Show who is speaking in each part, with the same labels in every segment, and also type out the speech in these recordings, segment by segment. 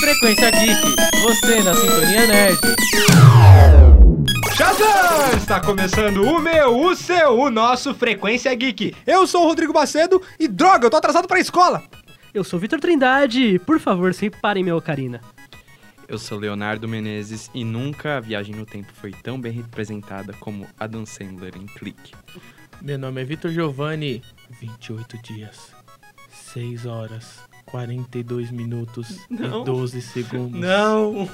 Speaker 1: Frequência Geek, você na Sintonia Nerd.
Speaker 2: Shazam! Está começando o meu, o seu, o nosso Frequência Geek. Eu sou o Rodrigo Macedo e droga, eu tô atrasado pra escola.
Speaker 3: Eu sou o Vitor Trindade, por favor, sempre parem minha ocarina.
Speaker 4: Eu sou Leonardo Menezes e nunca a viagem no tempo foi tão bem representada como Adam Sandler em Clique.
Speaker 5: Meu nome é Vitor Giovanni. 28 dias, 6 horas, 42 minutos e 12 segundos.
Speaker 4: Não!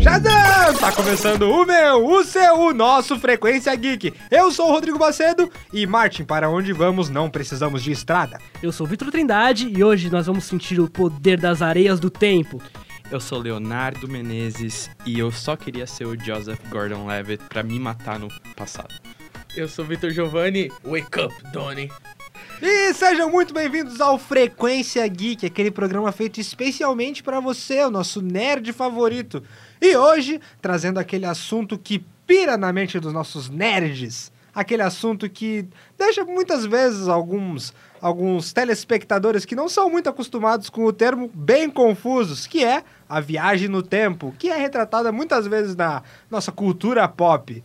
Speaker 2: Shazam! Está começando o meu, o seu, o nosso Frequência Geek. Eu sou o Rodrigo Macedo e Martin, para onde vamos não precisamos de estrada.
Speaker 3: Eu sou o Vitor Trindade e hoje nós vamos sentir o poder das areias do tempo.
Speaker 4: Eu sou Leonardo Menezes e eu só queria ser o Joseph Gordon-Levitt pra me matar no passado.
Speaker 5: Eu sou Vitor Giovanni. Wake up, Donnie.
Speaker 2: E sejam muito bem-vindos ao Frequência Geek, aquele programa feito especialmente para você, o nosso nerd favorito. E hoje, trazendo aquele assunto que pira na mente dos nossos nerds. Aquele assunto que deixa muitas vezes alguns, alguns telespectadores que não são muito acostumados com o termo bem confusos, que é a viagem no tempo, que é retratada muitas vezes na nossa cultura pop.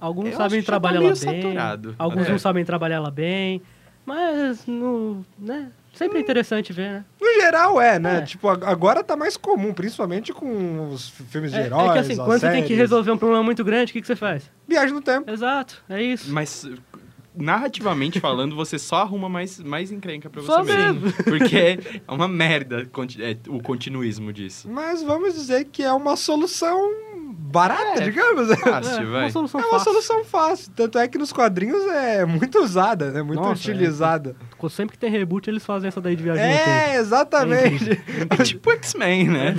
Speaker 3: Alguns
Speaker 4: Eu acho
Speaker 3: sabem
Speaker 4: que já tá
Speaker 3: trabalhar
Speaker 4: meio
Speaker 3: ela bem,
Speaker 4: saturado.
Speaker 3: alguns
Speaker 4: É.
Speaker 3: não sabem trabalhar ela bem, mas no, né,
Speaker 4: Hum.
Speaker 3: sempre é interessante ver, né?
Speaker 2: No geral é, né?
Speaker 3: É.
Speaker 2: Tipo, a- agora tá mais comum, principalmente com os f- filmes de
Speaker 3: É,
Speaker 2: heróis,
Speaker 3: é que assim,
Speaker 2: as
Speaker 3: quando você tem que
Speaker 2: séries.
Speaker 3: resolver um problema muito grande, o que, que você faz?
Speaker 2: Viagem no tempo.
Speaker 3: Exato, é isso.
Speaker 4: Mas narrativamente falando, você só arruma mais, mais encrenca pra
Speaker 3: Só
Speaker 4: você mesmo. Porque é uma merda conti- é, o continuismo disso.
Speaker 2: Mas vamos dizer que é uma solução barata, digamos.
Speaker 4: Fácil,
Speaker 3: é, uma
Speaker 4: vai.
Speaker 3: solução
Speaker 2: É uma
Speaker 3: É. fácil.
Speaker 2: solução fácil. Tanto é que nos quadrinhos é muito usada, né? Muito
Speaker 3: Nossa, é.
Speaker 2: utilizada.
Speaker 3: Sempre que tem reboot, eles fazem essa daí de viagem no tempo.
Speaker 2: É, exatamente.
Speaker 4: É tipo X-Men, né?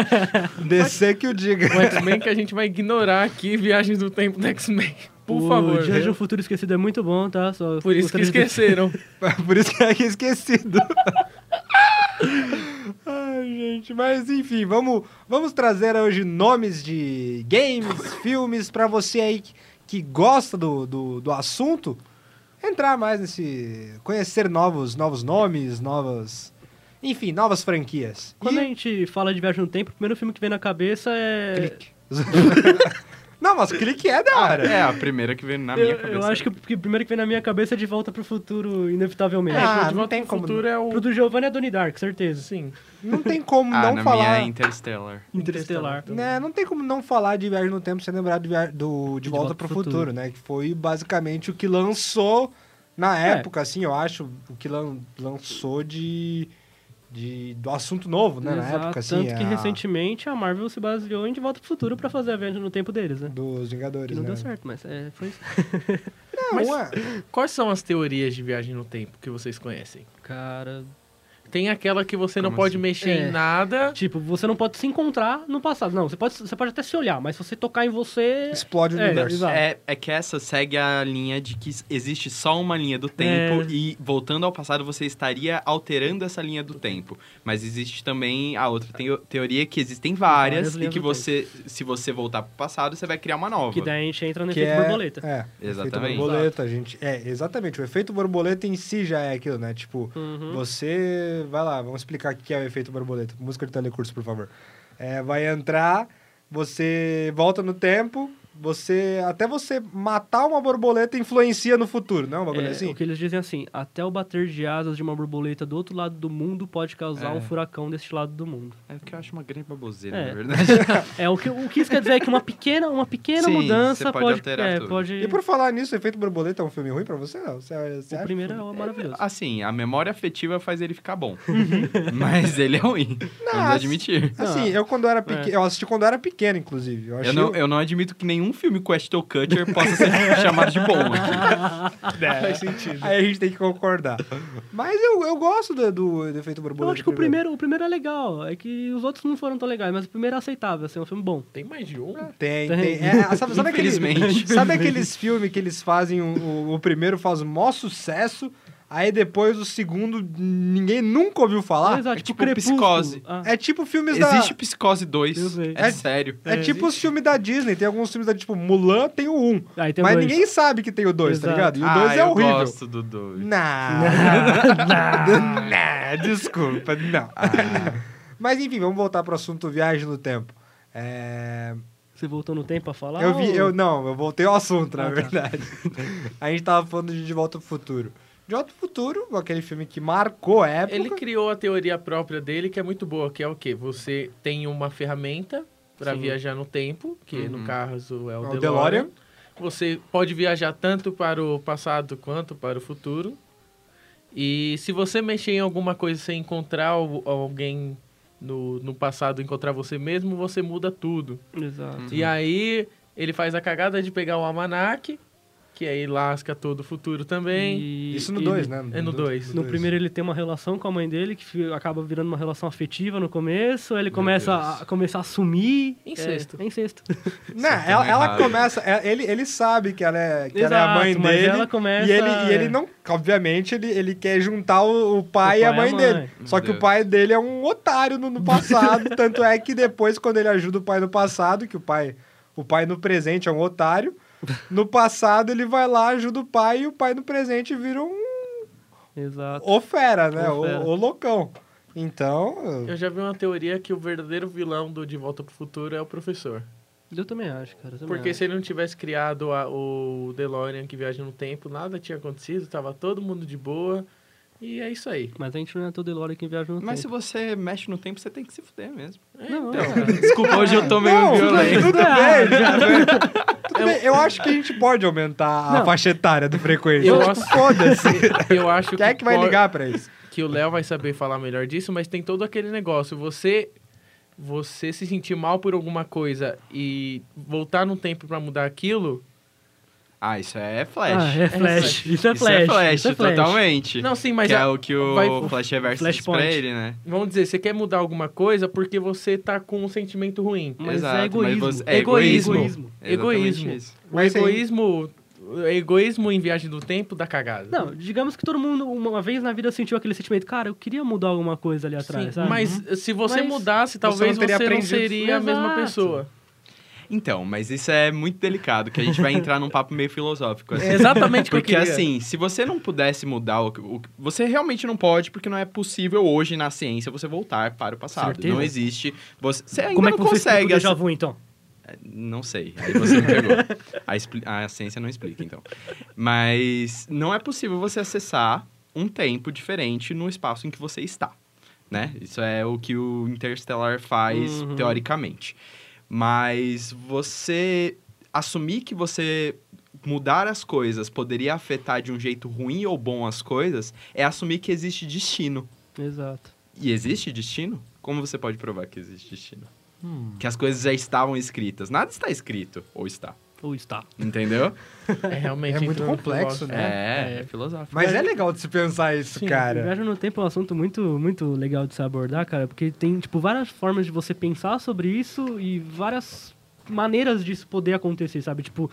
Speaker 2: Descer que o diga.
Speaker 5: O X-Men que a gente vai ignorar aqui, Viagens do Tempo do X-Men. Por
Speaker 3: o
Speaker 5: favor.
Speaker 3: Dias de um Futuro Esquecido é muito bom, tá? Só
Speaker 5: Por isso que
Speaker 3: gostaria de-
Speaker 5: esqueceram.
Speaker 2: Por isso que é esquecido. Ai, gente, mas enfim, vamos, vamos trazer hoje nomes de games, filmes, pra você aí que, que gosta do, do, do assunto entrar mais nesse. conhecer novos, novos nomes, novas. enfim, novas franquias.
Speaker 3: Quando a
Speaker 2: E-
Speaker 3: gente fala de viagem no tempo, o primeiro filme que vem na cabeça é.
Speaker 2: Clique. Não, mas clique é
Speaker 5: Ah,
Speaker 2: da hora.
Speaker 4: É a primeira que veio na
Speaker 3: Eu,
Speaker 4: minha
Speaker 3: eu
Speaker 4: cabeça.
Speaker 3: acho que o que o primeiro que vem na minha cabeça é de volta pro futuro, inevitavelmente.
Speaker 2: Ah,
Speaker 5: É,
Speaker 2: não
Speaker 5: de volta
Speaker 2: tem
Speaker 5: pro
Speaker 2: como
Speaker 5: futuro é o.
Speaker 3: Pro do Giovanni é Donnie Dark, certeza.
Speaker 5: Sim.
Speaker 2: Não tem como
Speaker 4: Ah,
Speaker 2: não
Speaker 4: na
Speaker 2: falar.
Speaker 4: minha é Interstellar.
Speaker 3: Interestelar.
Speaker 2: Né, não tem como não falar de Viagem no Tempo sem lembrar de, Via- do, de, Volta, pro futuro, né? Que foi basicamente o que lançou na
Speaker 3: É.
Speaker 2: época, assim, eu acho, o que lan- lançou de, de. do assunto novo, né?
Speaker 3: Exato,
Speaker 2: Na época, assim.
Speaker 3: Tanto que
Speaker 2: a-
Speaker 3: recentemente a Marvel se baseou em De Volta pro Futuro pra fazer a viagem no tempo deles, né?
Speaker 2: Dos
Speaker 3: Que
Speaker 2: Vingadores.
Speaker 3: não
Speaker 2: né?
Speaker 3: deu certo, mas é, foi isso.
Speaker 2: Não,
Speaker 5: Mas-
Speaker 2: é-
Speaker 5: Quais são as teorias de viagem no tempo que vocês conhecem?
Speaker 3: Cara.
Speaker 5: Tem aquela que você não
Speaker 4: Como
Speaker 5: pode
Speaker 4: assim?
Speaker 5: mexer
Speaker 3: É.
Speaker 5: em nada.
Speaker 3: Tipo, você não pode se encontrar no passado. Não, você pode, você pode até se olhar, mas se você tocar em você.
Speaker 2: explode o
Speaker 3: É,
Speaker 2: universo.
Speaker 3: exato.
Speaker 4: É, é que essa segue a linha de que existe só uma linha do tempo
Speaker 3: É.
Speaker 4: e voltando ao passado você estaria alterando essa linha do tempo. Mas existe também a outra teo- teoria que existem várias,
Speaker 3: Várias linhas
Speaker 4: e que
Speaker 3: do
Speaker 4: você, se você voltar pro passado, você vai criar uma nova.
Speaker 3: Que daí a gente entra no
Speaker 2: Que
Speaker 3: efeito
Speaker 2: é,
Speaker 3: borboleta.
Speaker 2: É, o
Speaker 4: Exatamente.
Speaker 2: Efeito borboleta, gente. É, exatamente. O efeito borboleta em si já é aquilo, né? Tipo,
Speaker 3: Uhum.
Speaker 2: Você. Vai lá, vamos explicar o que é o efeito borboleta. Música de telecurso, por favor. É, vai entrar, você volta no tempo, você. Até você matar uma borboleta influencia no futuro, não é um bagulho
Speaker 3: É,
Speaker 2: assim?
Speaker 3: O que eles dizem assim, até o bater de asas de uma borboleta do outro lado do mundo pode causar
Speaker 4: É.
Speaker 3: um furacão deste lado do mundo.
Speaker 4: É o que eu acho uma grande baboseira,
Speaker 3: É.
Speaker 4: na verdade.
Speaker 3: É, o que, o que isso quer dizer é que uma pequena, uma pequena
Speaker 4: Sim, você
Speaker 3: mudança
Speaker 4: pode
Speaker 3: pode...
Speaker 4: alterar
Speaker 3: é,
Speaker 4: tudo.
Speaker 3: pode...
Speaker 2: E por falar nisso, o efeito borboleta é um filme ruim pra você? Não? Você, você
Speaker 3: O
Speaker 2: acha?
Speaker 3: primeiro é maravilhoso.
Speaker 4: assim, a memória afetiva faz ele ficar bom.
Speaker 3: Uhum.
Speaker 4: mas ele é ruim. Vamos admitir.
Speaker 2: Assim, eu quando era pequeno.
Speaker 3: É.
Speaker 2: Eu assisti quando era pequeno, inclusive. Eu, achei...
Speaker 4: Eu não, eu não admito que nenhum filme com Ashton Kutcher possa ser chamado de bom aqui.
Speaker 5: Faz sentido.
Speaker 2: Aí a gente tem que concordar. Mas eu, eu gosto do, do, do efeito borboleta. né?
Speaker 3: Eu acho que o primeiro, o primeiro é legal, é que os outros não foram tão legais, mas o primeiro é aceitável, assim, é um filme bom.
Speaker 5: Tem mais de um?
Speaker 2: Tem,
Speaker 3: Tem.
Speaker 2: tem. É, sabe, sabe aquele-
Speaker 4: Infelizmente.
Speaker 2: sabe aqueles filmes que eles fazem, o, o- o primeiro faz o maior sucesso, Aí depois o segundo, ninguém nunca ouviu falar.
Speaker 3: Exato,
Speaker 4: é tipo
Speaker 3: Crepúsculo.
Speaker 4: Psicose.
Speaker 3: Ah,
Speaker 2: É tipo filmes
Speaker 4: Existe
Speaker 2: da.
Speaker 4: Psicose
Speaker 3: Eu
Speaker 4: 2.
Speaker 3: sei.
Speaker 4: É,
Speaker 2: É-
Speaker 4: sério.
Speaker 2: É tipo os filmes da Disney. Tem alguns filmes da tipo Mulan, tem o 1.
Speaker 3: Aí tem
Speaker 2: mas
Speaker 3: dois.
Speaker 2: ninguém sabe que tem o 2, tá
Speaker 3: Exato.
Speaker 2: ligado? E o
Speaker 4: ah,
Speaker 2: 2 é
Speaker 4: eu
Speaker 2: horrível.
Speaker 4: gosto do 2.
Speaker 2: Não. não. Desculpa, não. Mas enfim, vamos voltar pro assunto viagem no tempo. É...
Speaker 3: Você voltou no tempo pra falar?
Speaker 2: eu vi,
Speaker 3: ou-
Speaker 2: eu não, eu voltei ao assunto, na
Speaker 3: Ah, tá.
Speaker 2: verdade. A gente tava falando de De Volta pro Futuro. De Volta pro Futuro, aquele filme que marcou a época.
Speaker 5: Ele criou a teoria própria dele, que é muito boa, que é o quê? Você tem uma ferramenta pra
Speaker 3: Sim.
Speaker 5: viajar no tempo, que
Speaker 4: Uhum.
Speaker 5: no caso é o,
Speaker 2: É o
Speaker 5: DeLorean.
Speaker 2: DeLorean.
Speaker 5: Você pode viajar tanto para o passado quanto para o futuro. E se você mexer em alguma coisa, você encontrar al- alguém no, no passado, encontrar você mesmo, você muda tudo.
Speaker 3: Exato.
Speaker 5: E aí ele faz a cagada de pegar o almanac, que aí lasca todo o futuro também.
Speaker 3: E-
Speaker 2: Isso no
Speaker 3: e
Speaker 2: 2, né?
Speaker 5: é no dois.
Speaker 3: No
Speaker 2: dois.
Speaker 3: primeiro ele tem uma relação com a mãe dele, que fi- acaba virando uma relação afetiva no começo, aí ele começa
Speaker 4: Deus.
Speaker 3: a, começa a assumir.
Speaker 5: Incesto.
Speaker 3: É, é incesto.
Speaker 2: Não,
Speaker 4: Isso é
Speaker 2: ela,
Speaker 4: tão
Speaker 2: ela
Speaker 4: errado.
Speaker 2: começa. ela- Ele, ele sabe que ela é, que ela é a
Speaker 3: Exato,
Speaker 2: mãe
Speaker 3: mas
Speaker 2: dele.
Speaker 3: ela começa-
Speaker 2: E ele, e ele não. Obviamente, ele, ele quer juntar o, o pai e a mãe, dele.
Speaker 4: Meu
Speaker 2: Só que
Speaker 4: Deus.
Speaker 2: o pai dele é um otário no, no passado. tanto é que depois, quando ele ajuda o pai no passado, que o pai. O pai no presente é um otário. No passado, ele vai lá, ajuda o pai, e o pai no presente vira um.
Speaker 3: Exato.
Speaker 2: O fera, né?
Speaker 3: O
Speaker 2: O,
Speaker 3: fera.
Speaker 2: o loucão. Então.
Speaker 5: Eu já vi uma teoria que o verdadeiro vilão do De Volta pro Futuro é o professor.
Speaker 3: Eu também acho, cara. eu também
Speaker 2: É.
Speaker 5: Porque
Speaker 3: acho.
Speaker 5: se ele não tivesse criado a- o DeLorean que viaja no tempo, nada tinha acontecido, tava todo mundo de boa. E é isso aí.
Speaker 3: Mas a gente não é todo Elora que viaja no
Speaker 4: Mas se
Speaker 3: tempo.
Speaker 4: você mexe no tempo, você tem que se fuder mesmo. é
Speaker 5: É,
Speaker 3: Não,
Speaker 5: então,
Speaker 3: não.
Speaker 5: cara.
Speaker 4: Desculpa, hoje eu tô meio
Speaker 2: Não, tudo bem,
Speaker 4: violento.
Speaker 2: tudo bem. tudo bem. Tudo bem, Eu acho que a gente pode aumentar a
Speaker 3: Não.
Speaker 2: faixa etária do frequência.
Speaker 5: Eu
Speaker 2: Tipo,
Speaker 5: acho-
Speaker 2: Foda-se.
Speaker 5: eu acho
Speaker 2: Quem é que vai
Speaker 5: po-
Speaker 2: ligar pra isso?
Speaker 5: que o Léo vai saber falar melhor disso, mas tem todo aquele negócio. Você você se sentir mal por alguma coisa e voltar no tempo pra mudar aquilo.
Speaker 4: Ah, isso é Flash.
Speaker 3: Ah, é flash. Isso é flash.
Speaker 4: Isso é Flash,
Speaker 3: isso é flash.
Speaker 4: totalmente.
Speaker 5: Não, sim, mas
Speaker 4: que
Speaker 5: a-
Speaker 4: é o que o
Speaker 5: vai- o
Speaker 4: Flash Reverso diz pra
Speaker 3: Flashpoint.
Speaker 4: ele, né?
Speaker 5: vamos dizer, você quer mudar alguma coisa porque você tá com um sentimento ruim.
Speaker 3: Mas é
Speaker 4: Exato,
Speaker 3: egoísmo.
Speaker 4: Mas você, é
Speaker 5: Egoísmo.
Speaker 4: egoísmo.
Speaker 3: Egoísmo.
Speaker 4: É exatamente
Speaker 5: Egoísmo.
Speaker 4: isso.
Speaker 5: O
Speaker 2: Mas assim, aí-
Speaker 5: egoísmo, o egoísmo em viagem do tempo dá cagada.
Speaker 3: Não, digamos que todo mundo uma vez na vida sentiu aquele sentimento, cara, eu queria mudar alguma coisa ali atrás,
Speaker 5: Sim,
Speaker 3: sabe?
Speaker 5: mas se você
Speaker 3: Mas
Speaker 5: mudasse, talvez
Speaker 2: Uhum. não teria
Speaker 5: você não,
Speaker 2: aprendido.
Speaker 5: seria a mesma
Speaker 3: Exato.
Speaker 5: pessoa.
Speaker 4: Então, mas isso é muito delicado, que a gente vai entrar num papo meio filosófico. Assim.
Speaker 5: É exatamente o que eu
Speaker 4: Porque
Speaker 5: queria.
Speaker 4: assim, se você não pudesse mudar o, o- você realmente não pode, porque não é possível hoje na ciência você voltar para o passado.
Speaker 3: Certeza.
Speaker 4: Não existe. Você, você ainda
Speaker 3: Como é que
Speaker 4: não
Speaker 3: você explica o
Speaker 4: consegue.
Speaker 3: déjà
Speaker 4: essa-
Speaker 3: vu, então?
Speaker 4: Não sei. Aí você me pegou. A, expli- a ciência não explica, então. Mas não é possível você acessar um tempo diferente no espaço em que você está, né? Isso é o que o Interstellar faz,
Speaker 3: Uhum.
Speaker 4: teoricamente. Mas você assumir que você mudar as coisas poderia afetar de um jeito ruim ou bom as coisas é assumir que existe destino.
Speaker 3: Exato.
Speaker 4: E existe destino? Como você pode provar que existe destino? Que as coisas já estavam escritas. Nada está escrito, ou está.
Speaker 3: Ou está.
Speaker 4: Entendeu?
Speaker 5: É realmente
Speaker 2: É muito
Speaker 5: entrando no
Speaker 2: complexo,
Speaker 5: filósofo.
Speaker 2: né?
Speaker 4: É,
Speaker 5: É.
Speaker 4: é filosófico.
Speaker 2: Mas é legal de se pensar isso,
Speaker 3: Sim,
Speaker 2: cara.
Speaker 3: Viagem no tempo é um assunto muito, muito legal de se abordar, cara, porque tem, tipo, várias formas de você pensar sobre isso e várias maneiras disso poder acontecer, sabe? Tipo,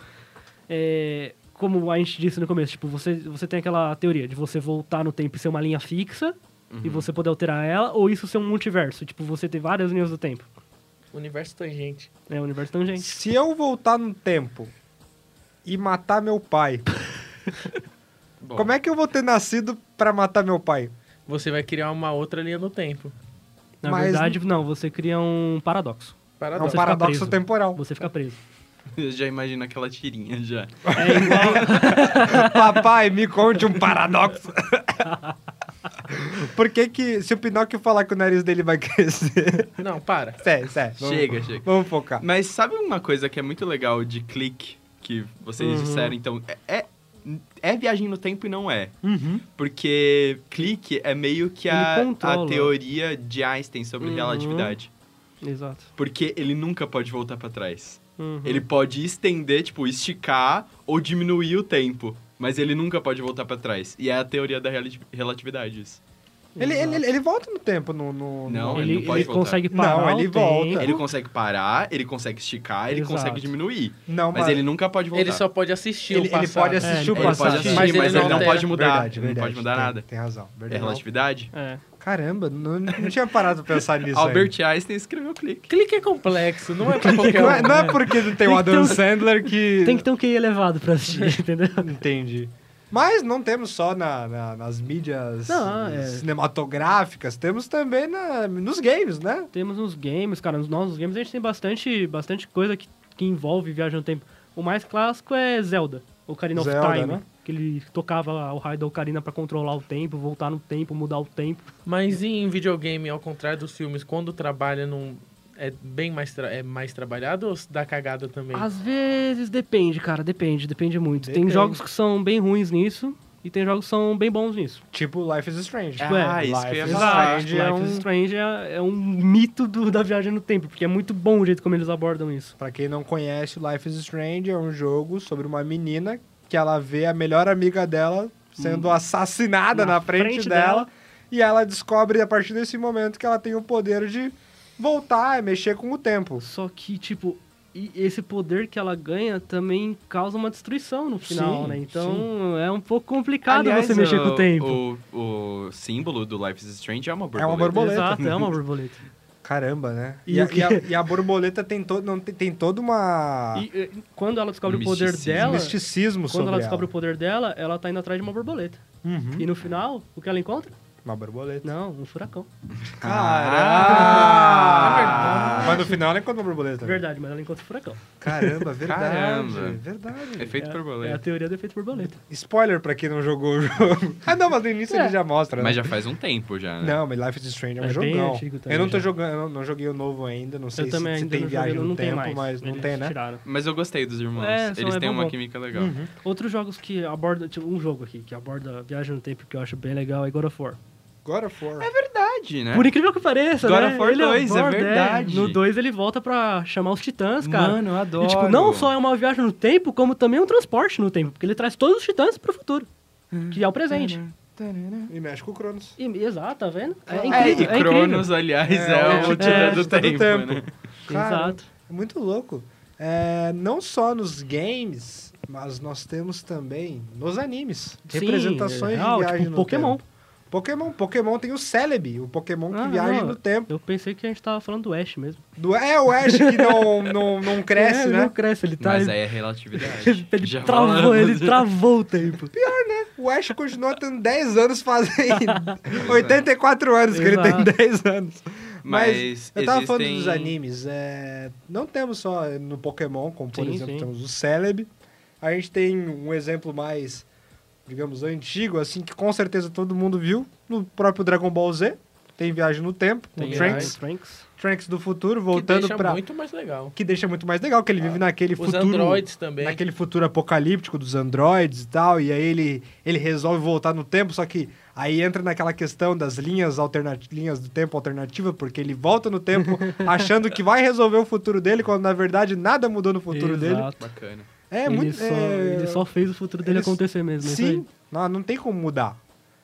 Speaker 3: é, como a gente disse no começo, tipo, você, você tem aquela teoria de você voltar no tempo e ser uma linha fixa
Speaker 4: Uhum.
Speaker 3: e você poder alterar ela, ou isso ser um multiverso, tipo, você ter várias linhas do tempo.
Speaker 5: Universo tangente.
Speaker 3: É o universo tangente.
Speaker 2: Se eu voltar no tempo e matar meu pai,
Speaker 4: Bom,
Speaker 2: como é que eu vou ter nascido pra matar meu pai?
Speaker 5: Você vai criar uma outra linha do tempo.
Speaker 3: Na
Speaker 2: Mas-
Speaker 3: verdade, não, você cria um paradoxo.
Speaker 2: É
Speaker 5: Paradoxo.
Speaker 2: um
Speaker 3: fica
Speaker 2: paradoxo
Speaker 3: preso.
Speaker 2: temporal.
Speaker 3: Você fica preso.
Speaker 4: Eu já imagino aquela tirinha já.
Speaker 2: Papai, me conte um paradoxo. Por que que, se o Pinóquio falar que o nariz dele vai crescer...
Speaker 5: Não, para.
Speaker 2: Sério, sério. vamos-
Speaker 4: Chega, chega.
Speaker 2: Vamos focar.
Speaker 4: Mas sabe uma coisa que é muito legal de clique que vocês disseram? Então, é, é, é viagem no tempo e não é. Porque clique é meio que a,
Speaker 3: Ele controla.
Speaker 4: a teoria de Einstein sobre
Speaker 3: Uhum.
Speaker 4: relatividade.
Speaker 3: Exato.
Speaker 4: Porque ele nunca pode voltar pra trás.
Speaker 3: Uhum.
Speaker 4: Ele pode estender, tipo, esticar ou diminuir o tempo. Mas ele nunca pode voltar pra trás. E é a teoria da relati- relatividade isso.
Speaker 2: Ele, ele, ele- ele volta no tempo no. no-
Speaker 4: Não,
Speaker 2: no-
Speaker 4: ele
Speaker 3: ele
Speaker 4: pode
Speaker 3: ele
Speaker 4: voltar.
Speaker 3: consegue
Speaker 2: Não,
Speaker 3: parar
Speaker 2: ele
Speaker 3: o
Speaker 2: volta.
Speaker 3: tempo.
Speaker 4: Ele consegue parar, ele consegue esticar, ele
Speaker 3: Exato.
Speaker 4: consegue diminuir.
Speaker 2: não
Speaker 4: Mas ele nunca pode voltar.
Speaker 5: Ele só pode assistir
Speaker 2: ele,
Speaker 5: o
Speaker 2: ele
Speaker 5: passado.
Speaker 2: pode assistir
Speaker 3: É,
Speaker 2: o
Speaker 4: Ele
Speaker 2: passado.
Speaker 4: pode assistir,
Speaker 5: Mas
Speaker 4: mas
Speaker 5: ele
Speaker 4: ele não,
Speaker 5: não altera.
Speaker 4: pode mudar.
Speaker 2: Verdade,
Speaker 4: ele não
Speaker 2: verdade,
Speaker 4: pode mudar
Speaker 2: tem-
Speaker 4: nada.
Speaker 2: Tem razão.
Speaker 4: É
Speaker 2: Verdade.
Speaker 4: relatividade.
Speaker 3: É.
Speaker 2: Caramba, não, não tinha parado pra pensar nisso.
Speaker 4: Albert Einstein escreveu clique.
Speaker 5: Clique é complexo, não é pra
Speaker 2: ainda.
Speaker 5: qualquer
Speaker 2: Não
Speaker 5: um.
Speaker 2: é, não é porque não tem o
Speaker 3: Tem que ter
Speaker 2: Adam
Speaker 3: um-
Speaker 2: Sandler que.
Speaker 3: Tem que ter um QI elevado pra assistir, entendeu?
Speaker 4: um-
Speaker 2: Entendi. Mas não temos só na- na- nas mídias
Speaker 3: Não, é.
Speaker 2: cinematográficas, temos também na- nos games, né?
Speaker 3: Temos uns games, cara, nos nossos games a gente tem bastante, bastante coisa que, que envolve viagem no tempo. O mais clássico é Zelda, Ocarina
Speaker 2: Zelda,
Speaker 3: of Time,
Speaker 2: né?
Speaker 3: que ele tocava o raio da Ocarina pra controlar o tempo, voltar no tempo, mudar o tempo.
Speaker 5: Mas em videogame, ao contrário dos filmes, quando trabalha num. É bem mais, tra- é mais trabalhado ou dá cagada também?
Speaker 2: Ah,
Speaker 3: Às vezes depende, cara, depende, depende muito. Tem
Speaker 2: Depende.
Speaker 3: jogos que são bem ruins nisso e tem jogos que são bem bons nisso.
Speaker 2: Tipo Life is Strange.
Speaker 3: Tipo, é,
Speaker 4: ah, isso
Speaker 2: Life
Speaker 4: que eu ia
Speaker 2: is
Speaker 4: falar.
Speaker 2: Strange
Speaker 3: Life
Speaker 2: é
Speaker 3: is
Speaker 2: um...
Speaker 3: Strange é, é um mito do- da viagem no tempo, porque é muito bom o jeito como eles abordam isso.
Speaker 2: Pra quem não conhece, Life is Strange é um jogo sobre uma menina que ela vê a melhor amiga dela
Speaker 3: Hum.
Speaker 2: sendo assassinada na, frente, dela, e ela descobre a partir desse momento que ela tem o poder de voltar e mexer com o tempo.
Speaker 3: Só que, tipo, e esse poder que ela ganha também causa uma destruição no final,
Speaker 2: Sim,
Speaker 3: né? Então é um pouco complicado
Speaker 4: Aliás,
Speaker 3: você mexer com o tempo.
Speaker 4: O, o símbolo do Life is Strange é uma borboleta. Uhum.
Speaker 2: É uma borboleta.
Speaker 3: Exato, é uma borboleta.
Speaker 2: Caramba, né?
Speaker 3: E
Speaker 2: E, a,
Speaker 3: o que-
Speaker 2: e a- e a borboleta tem, todo não, tem, tem toda uma...
Speaker 3: E, eh, quando ela descobre o poder
Speaker 4: Misticismo.
Speaker 3: dela,
Speaker 2: misticismo
Speaker 3: quando
Speaker 2: sobre
Speaker 3: ela descobre o poder dela, ela tá indo atrás de uma borboleta.
Speaker 2: Uhum.
Speaker 3: E no final, o que ela encontra?
Speaker 2: Uma borboleta.
Speaker 3: Não, um furacão.
Speaker 2: Caramba! Ah! Mas no final ela encontra uma borboleta.
Speaker 3: Ah!
Speaker 2: né?
Speaker 3: Verdade, mas ela encontra o furacão.
Speaker 2: Caramba, é verdade.
Speaker 4: Caramba.
Speaker 2: Verdade.
Speaker 4: Efeito
Speaker 3: É- É a
Speaker 4: borboleta.
Speaker 3: teoria do efeito borboleta.
Speaker 2: Spoiler pra quem não jogou o jogo. ah, não, mas no início ele já mostra, né?
Speaker 4: Mas já faz um tempo já, né?
Speaker 2: Não, mas Life is Strange é um
Speaker 3: É bem
Speaker 2: jogão.
Speaker 3: antigo também
Speaker 2: eu não tô
Speaker 3: já.
Speaker 2: jogando, eu não, não joguei o novo ainda, não sei
Speaker 3: eu
Speaker 2: se,
Speaker 3: também
Speaker 2: se
Speaker 3: ainda
Speaker 2: tem
Speaker 3: não
Speaker 2: viagem
Speaker 3: joguei,
Speaker 2: no
Speaker 3: não tem
Speaker 2: tempo,
Speaker 3: mais.
Speaker 2: mas não
Speaker 3: Eles
Speaker 2: tem, né?
Speaker 3: tiraram.
Speaker 4: Mas eu gostei dos irmãos.
Speaker 3: É, são- Uhum.
Speaker 4: Eles
Speaker 3: é
Speaker 4: têm
Speaker 3: bom,
Speaker 4: uma
Speaker 3: bom.
Speaker 4: química legal.
Speaker 3: Outros jogos que abordam, tipo, um jogo aqui, que aborda viagem no tempo que eu acho bem legal é God of War.
Speaker 2: God of
Speaker 3: É
Speaker 2: War.
Speaker 4: Verdade, né?
Speaker 3: Por incrível que pareça,
Speaker 4: God
Speaker 3: né?
Speaker 4: of War
Speaker 3: Ele
Speaker 4: 2, é
Speaker 3: aborda,
Speaker 4: verdade.
Speaker 3: No 2 ele volta pra chamar os titãs, cara.
Speaker 4: Mano, eu adoro.
Speaker 3: e, tipo, não só é uma viagem no tempo, como também um transporte no tempo. Porque ele traz todos os titãs pro futuro, que é o presente.
Speaker 2: Uhum. E mexe com o Cronos.
Speaker 3: E- exato, tá vendo? É
Speaker 4: É,
Speaker 3: incrível.
Speaker 4: e
Speaker 3: é
Speaker 4: Cronos,
Speaker 3: incrível.
Speaker 4: aliás, é,
Speaker 2: É,
Speaker 4: o
Speaker 2: é,
Speaker 4: titã
Speaker 3: é,
Speaker 4: do
Speaker 2: titã do
Speaker 4: tempo,
Speaker 2: tempo.
Speaker 4: né?
Speaker 2: Cara,
Speaker 3: Exato.
Speaker 2: É muito louco. É, não só nos games, mas nós temos também nos animes.
Speaker 3: Sim,
Speaker 2: representações
Speaker 3: é real,
Speaker 2: de viagem
Speaker 3: tipo,
Speaker 2: no
Speaker 3: Pokémon.
Speaker 2: tempo. Pokémon. Pokémon tem o Celebi, o Pokémon que
Speaker 3: Ah,
Speaker 2: viaja
Speaker 3: não.
Speaker 2: no tempo.
Speaker 3: Eu pensei que a gente tava falando do Ash mesmo.
Speaker 2: Do, é o Ash que não, não, não cresce,
Speaker 3: É,
Speaker 2: né?
Speaker 3: Não cresce, ele tá...
Speaker 4: Mas
Speaker 3: ele-
Speaker 4: aí é relatividade.
Speaker 3: ele
Speaker 4: Já
Speaker 3: travou,
Speaker 4: falamos.
Speaker 3: ele travou o tempo.
Speaker 2: O Ash continua tendo 10 anos fazendo. 84 anos que ele tem
Speaker 3: Exato.
Speaker 2: 10 anos.
Speaker 4: Mas
Speaker 2: eu tava falando
Speaker 4: existem-
Speaker 2: dos animes. é, Não temos só no Pokémon, como por
Speaker 3: Sim,
Speaker 2: exemplo,
Speaker 3: sim.
Speaker 2: temos o Celebi. A gente tem um exemplo mais, digamos, antigo, assim, que com certeza todo mundo viu. No próprio Dragon Ball Z. Tem viagem no tempo, com o
Speaker 5: Tem
Speaker 2: Trunks.
Speaker 3: Trunks.
Speaker 2: Trunks do futuro,
Speaker 5: que
Speaker 2: voltando
Speaker 5: deixa
Speaker 2: pra.
Speaker 5: muito mais legal.
Speaker 2: Que deixa muito mais legal, que ele vive naquele
Speaker 5: Os
Speaker 2: futuro.
Speaker 5: androides também.
Speaker 2: Naquele futuro apocalíptico dos androides e tal, e aí ele, ele resolve voltar no tempo, só que aí entra naquela questão das linhas, alterna- linhas do tempo alternativa, porque ele volta no tempo achando que vai resolver o futuro dele, quando na verdade nada mudou no futuro dele.
Speaker 3: Exato.
Speaker 4: Bacana.
Speaker 2: É
Speaker 3: ele,
Speaker 2: muito.
Speaker 3: só,
Speaker 2: é,
Speaker 3: ele só fez o futuro dele
Speaker 2: ele-
Speaker 3: acontecer mesmo. é isso
Speaker 2: Sim, não, não tem como mudar.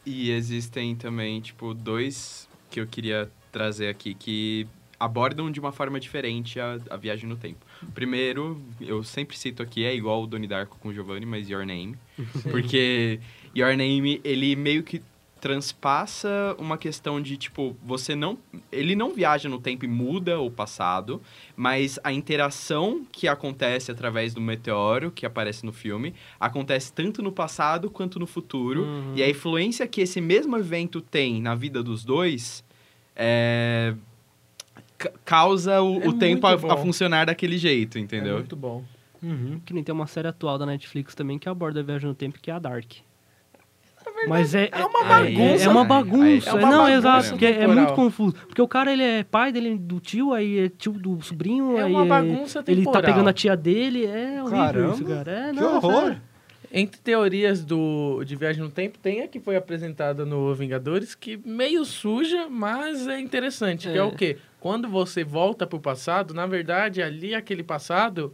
Speaker 4: E existem também, tipo, dois que eu queria trazer aqui que abordam de uma forma diferente a, a viagem no tempo. Primeiro, eu sempre cito aqui, é igual o Doni Darko com o Giovanni, mas Your Name. Porque Your Name, ele meio que transpassa uma questão de, tipo, você não... Ele não viaja no tempo e muda o passado, mas a interação que acontece através do meteoro, que aparece no filme, acontece tanto no passado quanto no futuro.
Speaker 5: Uhum.
Speaker 4: E a influência que esse mesmo evento tem na vida dos dois é, ca- causa o,
Speaker 5: É
Speaker 4: o tempo a,
Speaker 5: muito bom.
Speaker 4: a funcionar daquele jeito,
Speaker 5: É
Speaker 4: entendeu?
Speaker 5: muito bom.
Speaker 3: aí. Que nem tem uma série atual da Netflix também que aborda a viagem no tempo, que é a Dark. Mas é,
Speaker 5: é uma
Speaker 3: aí-
Speaker 5: bagunça,
Speaker 3: É, uma
Speaker 4: né?
Speaker 3: bagunça.
Speaker 4: Aí- é uma
Speaker 3: não,
Speaker 5: bagunça
Speaker 3: exato. Porque é
Speaker 5: temporal.
Speaker 3: muito confuso. Porque o cara, ele é pai dele, do tio, aí é tio do sobrinho.
Speaker 5: É
Speaker 3: aí
Speaker 5: uma bagunça
Speaker 3: Ele tá
Speaker 5: temporal.
Speaker 3: pegando a tia dele. É horrível isso,
Speaker 2: Caramba,
Speaker 3: cara. É,
Speaker 2: que
Speaker 3: não, é
Speaker 2: horror!
Speaker 3: sério.
Speaker 5: Entre teorias do, de viagem no tempo, tem a que foi apresentada no Vingadores, que meio suja, mas é interessante. Que é
Speaker 3: É.
Speaker 5: o quê? Quando você volta pro passado, na verdade, ali aquele passado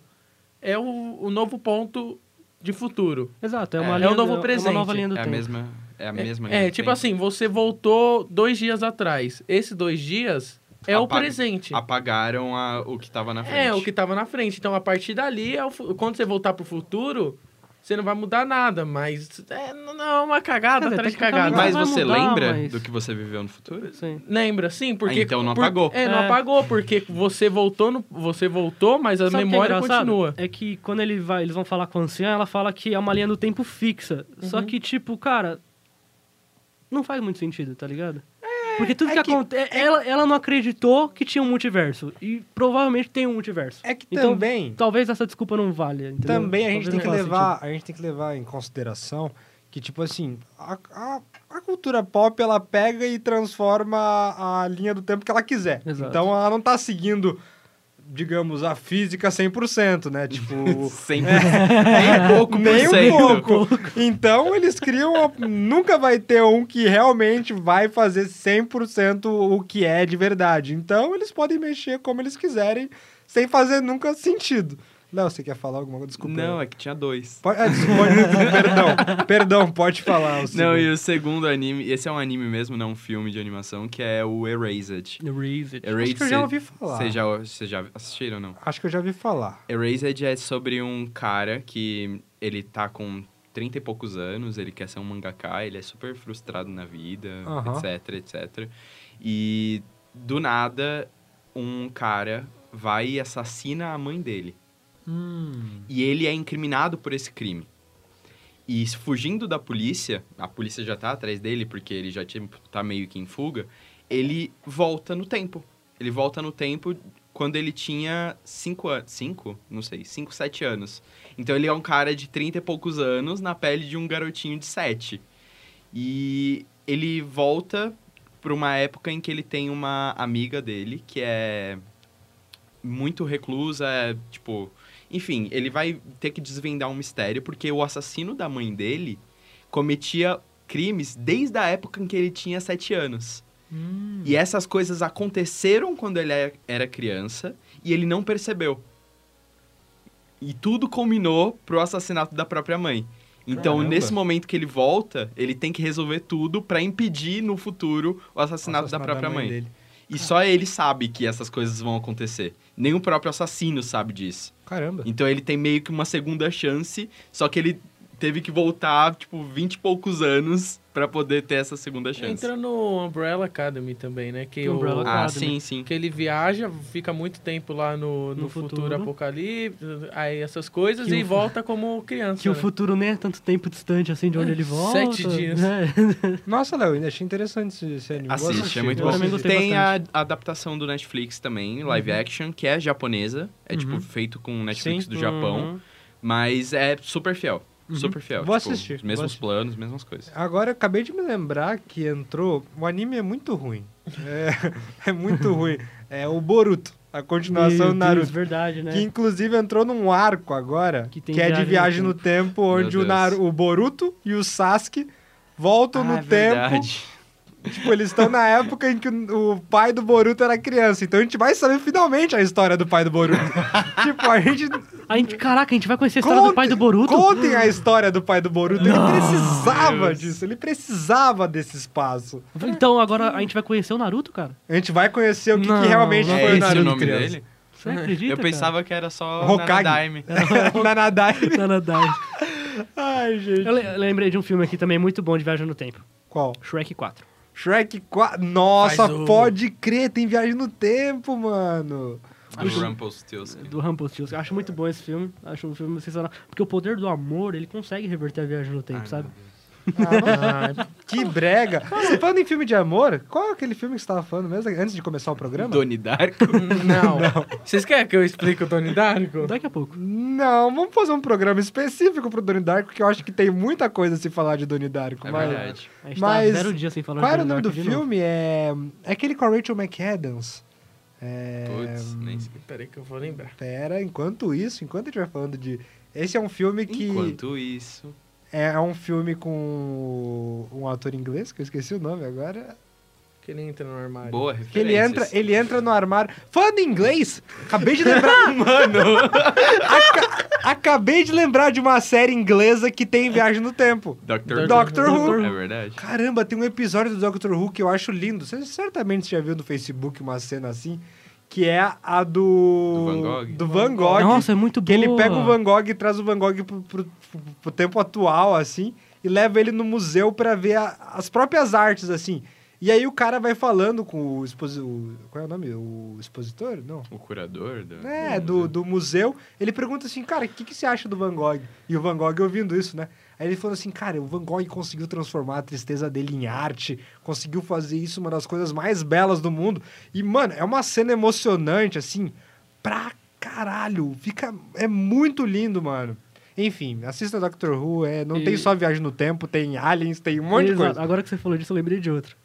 Speaker 5: é o, o novo ponto de futuro.
Speaker 3: Exato, é
Speaker 4: É,
Speaker 3: uma
Speaker 4: é
Speaker 3: linha,
Speaker 5: um novo
Speaker 3: uma nova
Speaker 5: presente.
Speaker 3: linha do
Speaker 4: É a
Speaker 3: tempo.
Speaker 4: mesma. É a mesma linha
Speaker 5: É,
Speaker 4: de
Speaker 5: tipo
Speaker 4: tempo?
Speaker 5: assim, você voltou dois dias atrás. Esses dois dias é o
Speaker 4: Apaga-
Speaker 5: presente.
Speaker 4: Apagaram a- o que tava na frente.
Speaker 5: É, o que tava na frente. Então, a partir dali, é o fu- quando você voltar pro futuro, você não vai mudar nada, mas é, não não, é uma cagada
Speaker 3: É,
Speaker 5: atrás de
Speaker 3: tecnicamente
Speaker 5: cagada.
Speaker 3: não
Speaker 4: Mas
Speaker 3: vai
Speaker 4: você
Speaker 3: mudar,
Speaker 4: lembra
Speaker 3: mas-
Speaker 4: do que você viveu no futuro?
Speaker 3: Sim.
Speaker 5: Lembra, sim, porque...
Speaker 4: Ah, então não
Speaker 5: por-
Speaker 4: apagou.
Speaker 5: É, não
Speaker 3: É.
Speaker 5: apagou, porque você voltou, no- você voltou mas a
Speaker 3: Sabe o que é
Speaker 5: memória
Speaker 3: engraçado?
Speaker 5: continua.
Speaker 3: É que quando ele vai, eles vão falar com a anciã, ela fala que é uma linha do tempo fixa. Só
Speaker 2: Uhum.
Speaker 3: que, tipo, cara, não faz muito sentido, tá ligado? Porque tudo
Speaker 2: é
Speaker 3: que,
Speaker 2: que-
Speaker 3: acontece. Ela, ela não acreditou que tinha um multiverso. E provavelmente tem um multiverso.
Speaker 2: É que
Speaker 3: Então,
Speaker 2: também...
Speaker 3: Talvez essa desculpa não valha. entendeu?
Speaker 2: Também a gente
Speaker 3: Talvez
Speaker 2: tem
Speaker 3: não
Speaker 2: que
Speaker 3: faça
Speaker 2: levar, a gente tem que levar em consideração que tipo assim, a, a, a cultura pop ela pega e transforma a, a linha do tempo que ela quiser.
Speaker 3: Exato.
Speaker 2: Então ela não tá seguindo, digamos, a física 100%, né? Tipo,
Speaker 4: Sempre. Nem um pouco
Speaker 2: nem
Speaker 4: por cento.
Speaker 2: um pouco. Então eles criam, uma- nunca vai ter um que realmente vai fazer 100% o que é de verdade. Então eles podem mexer como eles quiserem, sem fazer nunca sentido. Léo, você quer falar alguma coisa? Desculpa.
Speaker 4: Não, é que tinha dois.
Speaker 2: Pode, ah, desculpa, perdão, perdão, pode falar. o segundo.
Speaker 4: Não, e o segundo anime, esse é um anime mesmo, não um filme de animação, que é o Erased.
Speaker 3: sentido. Erase it.
Speaker 4: Erased
Speaker 2: Acho que eu já ouvi falar.
Speaker 4: Vocês já, vocês já assistiram ou não?
Speaker 2: Acho que eu já vi falar.
Speaker 4: Erased é sobre um cara que ele tá com 30 e poucos anos, ele quer ser um mangaka, ele é super frustrado na vida,
Speaker 2: Aham.
Speaker 4: etc, etc. E do nada, um cara vai e assassina a mãe dele. E ele é incriminado por esse crime. E fugindo da polícia, a polícia já tá atrás dele, porque ele já tinha- tá meio que em fuga, ele volta no tempo. Ele volta no tempo quando ele tinha 5 anos. 5? Não sei, 5, 7 anos. Então ele é um cara de 30 e poucos anos na pele de um garotinho de 7. E ele volta pra uma época em que ele tem uma amiga dele que é muito reclusa, é, tipo. Enfim, ele vai ter que desvendar um mistério porque o assassino da mãe dele cometia crimes desde a época em que ele tinha 7 anos. E essas coisas aconteceram quando ele é- era criança e ele não percebeu. E tudo culminou pro assassinato da própria mãe. Então,
Speaker 2: Caramba.
Speaker 4: nesse momento que ele volta, ele tem que resolver tudo pra impedir no futuro o assassinato, da própria mãe.
Speaker 2: dele.
Speaker 4: E só ele sabe que essas coisas vão acontecer. Nem o próprio assassino sabe disso.
Speaker 2: Caramba.
Speaker 4: Então ele tem meio que uma segunda chance, só que ele teve que voltar, tipo, 20 e poucos anos pra poder ter essa segunda chance.
Speaker 5: Entra no Umbrella Academy também, né? Que o-
Speaker 3: Umbrella
Speaker 4: Ah, sim,
Speaker 3: Academy.
Speaker 4: sim.
Speaker 5: que ele viaja, fica muito tempo lá no, no,
Speaker 3: No
Speaker 5: futuro,
Speaker 3: futuro.
Speaker 5: apocalipse, aí essas coisas,
Speaker 3: Que
Speaker 5: e
Speaker 3: o fu-
Speaker 5: volta como criança.
Speaker 3: Que o
Speaker 5: né?
Speaker 3: futuro nem é tanto tempo distante assim de onde ele volta.
Speaker 5: Sete dias.
Speaker 3: né?
Speaker 2: Nossa, Léo, ainda achei interessante esse, esse anime. Vou
Speaker 4: Assiste,
Speaker 2: assistir,
Speaker 4: é muito
Speaker 2: vou
Speaker 4: bom.
Speaker 3: Eu também
Speaker 2: assistir.
Speaker 3: gostei
Speaker 4: Tem a a adaptação do Netflix também, live action, que é japonesa. É, tipo, feito com o Netflix
Speaker 2: Sim.
Speaker 4: do Japão.
Speaker 3: Uhum.
Speaker 4: Mas é super fiel. Super fiel.
Speaker 2: Vou
Speaker 4: tipo,
Speaker 2: assistir,
Speaker 4: Os
Speaker 2: vou
Speaker 4: mesmos
Speaker 2: assistir.
Speaker 4: planos, mesmas coisas.
Speaker 2: Agora, eu acabei de me lembrar que entrou... O anime é muito ruim. É, é muito ruim. É o Boruto, a continuação
Speaker 3: Meu
Speaker 2: do é Naruto.
Speaker 3: Deus, verdade, né?
Speaker 2: Que inclusive entrou num arco agora, que,
Speaker 3: Que tem
Speaker 2: é de
Speaker 3: viagem no
Speaker 2: viagem no tempo,
Speaker 4: Meu
Speaker 2: onde o,
Speaker 4: Deus.
Speaker 2: Naru- o Boruto e o Sasuke voltam no
Speaker 4: Ah, é
Speaker 2: tempo.
Speaker 4: verdade.
Speaker 2: Tipo, eles estão na época em que o o pai do Boruto era criança. Então a gente vai saber finalmente a história do pai do Boruto. tipo, a gente.
Speaker 3: A gente, caraca, a gente vai conhecer a história do pai do Boruto.
Speaker 2: Contem a história do pai do Boruto. ele precisava
Speaker 4: Deus.
Speaker 2: disso. Ele precisava desse espaço.
Speaker 3: Então agora a gente vai conhecer o Naruto, cara?
Speaker 2: A gente vai conhecer o que, que
Speaker 3: Não,
Speaker 2: realmente
Speaker 3: não.
Speaker 4: É
Speaker 2: foi o
Speaker 4: esse
Speaker 2: Naruto
Speaker 4: o nome
Speaker 2: criança.
Speaker 4: dele?
Speaker 3: Você acredita?
Speaker 4: Eu pensava que era só
Speaker 2: Hokage.
Speaker 4: Nanadaime.
Speaker 2: Nanadai.
Speaker 3: Nanadai.
Speaker 2: Ai, gente.
Speaker 3: Eu le- lembrei de um filme aqui também muito bom de viagem no tempo.
Speaker 2: Qual?
Speaker 3: Shrek 4.
Speaker 2: Shrek 4. Nossa,
Speaker 5: Faz o-
Speaker 2: pode crer, tem viagem no tempo, mano.
Speaker 4: Do Rumpelstiltskin.
Speaker 3: Do Rumpelstiltskin. Eu Acho muito bom esse filme. Acho um filme sensacional. Porque o poder do amor, ele consegue reverter a viagem no tempo,
Speaker 4: Ai,
Speaker 3: sabe?
Speaker 2: Ah, Que brega. Você falando em filme de amor, qual é aquele filme que você tava falando mesmo antes de começar o programa?
Speaker 4: Doni Darko.
Speaker 5: Não. Vocês querem que eu explique o Tony Darko?
Speaker 3: Daqui a pouco.
Speaker 2: Não, vamos fazer um programa específico pro Doni Darko, que eu acho que tem muita coisa a se falar de Doni Darko.
Speaker 4: É
Speaker 2: mas-
Speaker 4: verdade.
Speaker 3: A gente
Speaker 2: Mas-
Speaker 3: tá zero dia sem falar
Speaker 2: Qual
Speaker 3: de
Speaker 2: era o nome
Speaker 3: Donnie
Speaker 2: do
Speaker 3: Darko de novo.
Speaker 2: filme? É... é aquele com a Rachel McAdams. É...
Speaker 4: Putz, nem sei.
Speaker 5: Peraí que eu vou lembrar.
Speaker 2: Pera, enquanto isso, enquanto a gente vai falando de... Esse é um filme que...
Speaker 4: Enquanto isso...
Speaker 2: É um filme com um ator inglês, que eu esqueci o nome agora.
Speaker 5: Que ele entra no armário.
Speaker 4: Boa
Speaker 2: Que ele entra,
Speaker 4: referências.
Speaker 2: ele entra no armário. Falando em inglês, acabei de lembrar. Mano! aca- acabei de lembrar de uma série inglesa que tem Viagem no Tempo.
Speaker 4: Doctor,
Speaker 2: Doctor Who.
Speaker 4: É verdade.
Speaker 2: Caramba, tem um episódio do Doctor Who que eu acho lindo. Você certamente já viu no Facebook uma cena assim, que é a do.
Speaker 4: Do Van Gogh?
Speaker 2: do Van Gogh,
Speaker 3: Nossa, é muito
Speaker 2: que
Speaker 3: boa.
Speaker 2: ele pega um o Van Gogh e traz o Van Gogh pro, pro- pro tempo atual, assim, e leva ele no museu pra ver a- as próprias artes, assim. E aí o cara vai falando com o expositor. Qual é o nome? O expositor? Não.
Speaker 4: O curador do...
Speaker 2: É,
Speaker 3: Uhum.
Speaker 2: do, do museu. Ele pergunta assim, cara, o que, que você acha do Van Gogh? E o Van Gogh ouvindo isso, né? Aí ele falou assim, cara, o Van Gogh conseguiu transformar a tristeza dele em arte, conseguiu fazer isso uma das coisas mais belas do mundo. E, mano, é uma cena emocionante, assim, pra caralho. Fica. É muito lindo, mano. Enfim, assista Doctor Who, é, não
Speaker 3: E-
Speaker 2: tem só viagem no tempo, tem aliens, tem um monte de
Speaker 3: Exato.
Speaker 2: coisa.
Speaker 3: Agora que você falou disso, eu lembrei de outro.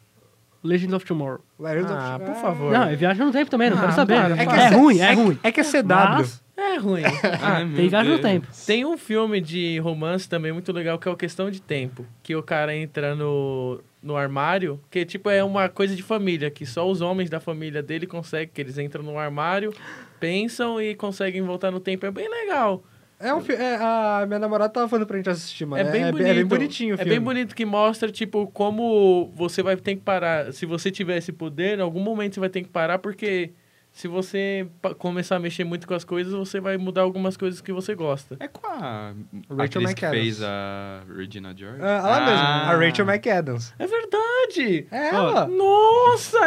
Speaker 3: Legends of Tomorrow.
Speaker 2: Legends of-
Speaker 5: Ah, por favor.
Speaker 3: Não, é viagem no tempo também, não
Speaker 5: Ah,
Speaker 3: quero saber.
Speaker 5: para,
Speaker 3: é,
Speaker 5: para.
Speaker 2: C-
Speaker 3: ruim, é,
Speaker 2: que-
Speaker 3: ruim.
Speaker 2: É que é CW.
Speaker 3: Mas
Speaker 5: É ruim.
Speaker 4: Ah,
Speaker 3: tem viagem no tempo.
Speaker 5: Tem um filme de romance também muito legal que é o Questão de Tempo. Que o cara entra no, no armário, que tipo é uma coisa de família, que só os homens da família dele conseguem, que eles entram no armário, pensam e conseguem voltar no tempo. É bem legal.
Speaker 2: É um fi- é, a minha namorada tava falando pra gente assistir, mano.
Speaker 5: é bem bonito.
Speaker 2: é bem bonitinho o
Speaker 5: É
Speaker 2: filme.
Speaker 5: bem bonito que mostra, tipo, como você vai ter que parar. Se você tiver esse poder, em algum momento você vai ter que parar, porque se você pa- começar a mexer muito com as coisas, você vai mudar algumas coisas que você gosta.
Speaker 4: É com a
Speaker 2: Rachel
Speaker 4: atriz que
Speaker 2: McAdams.
Speaker 4: fez a Regina George.
Speaker 2: Ah, ela mesmo, a Rachel
Speaker 4: McAdams.
Speaker 2: McAdams.
Speaker 5: É verdade!
Speaker 2: É ela.
Speaker 5: Nossa!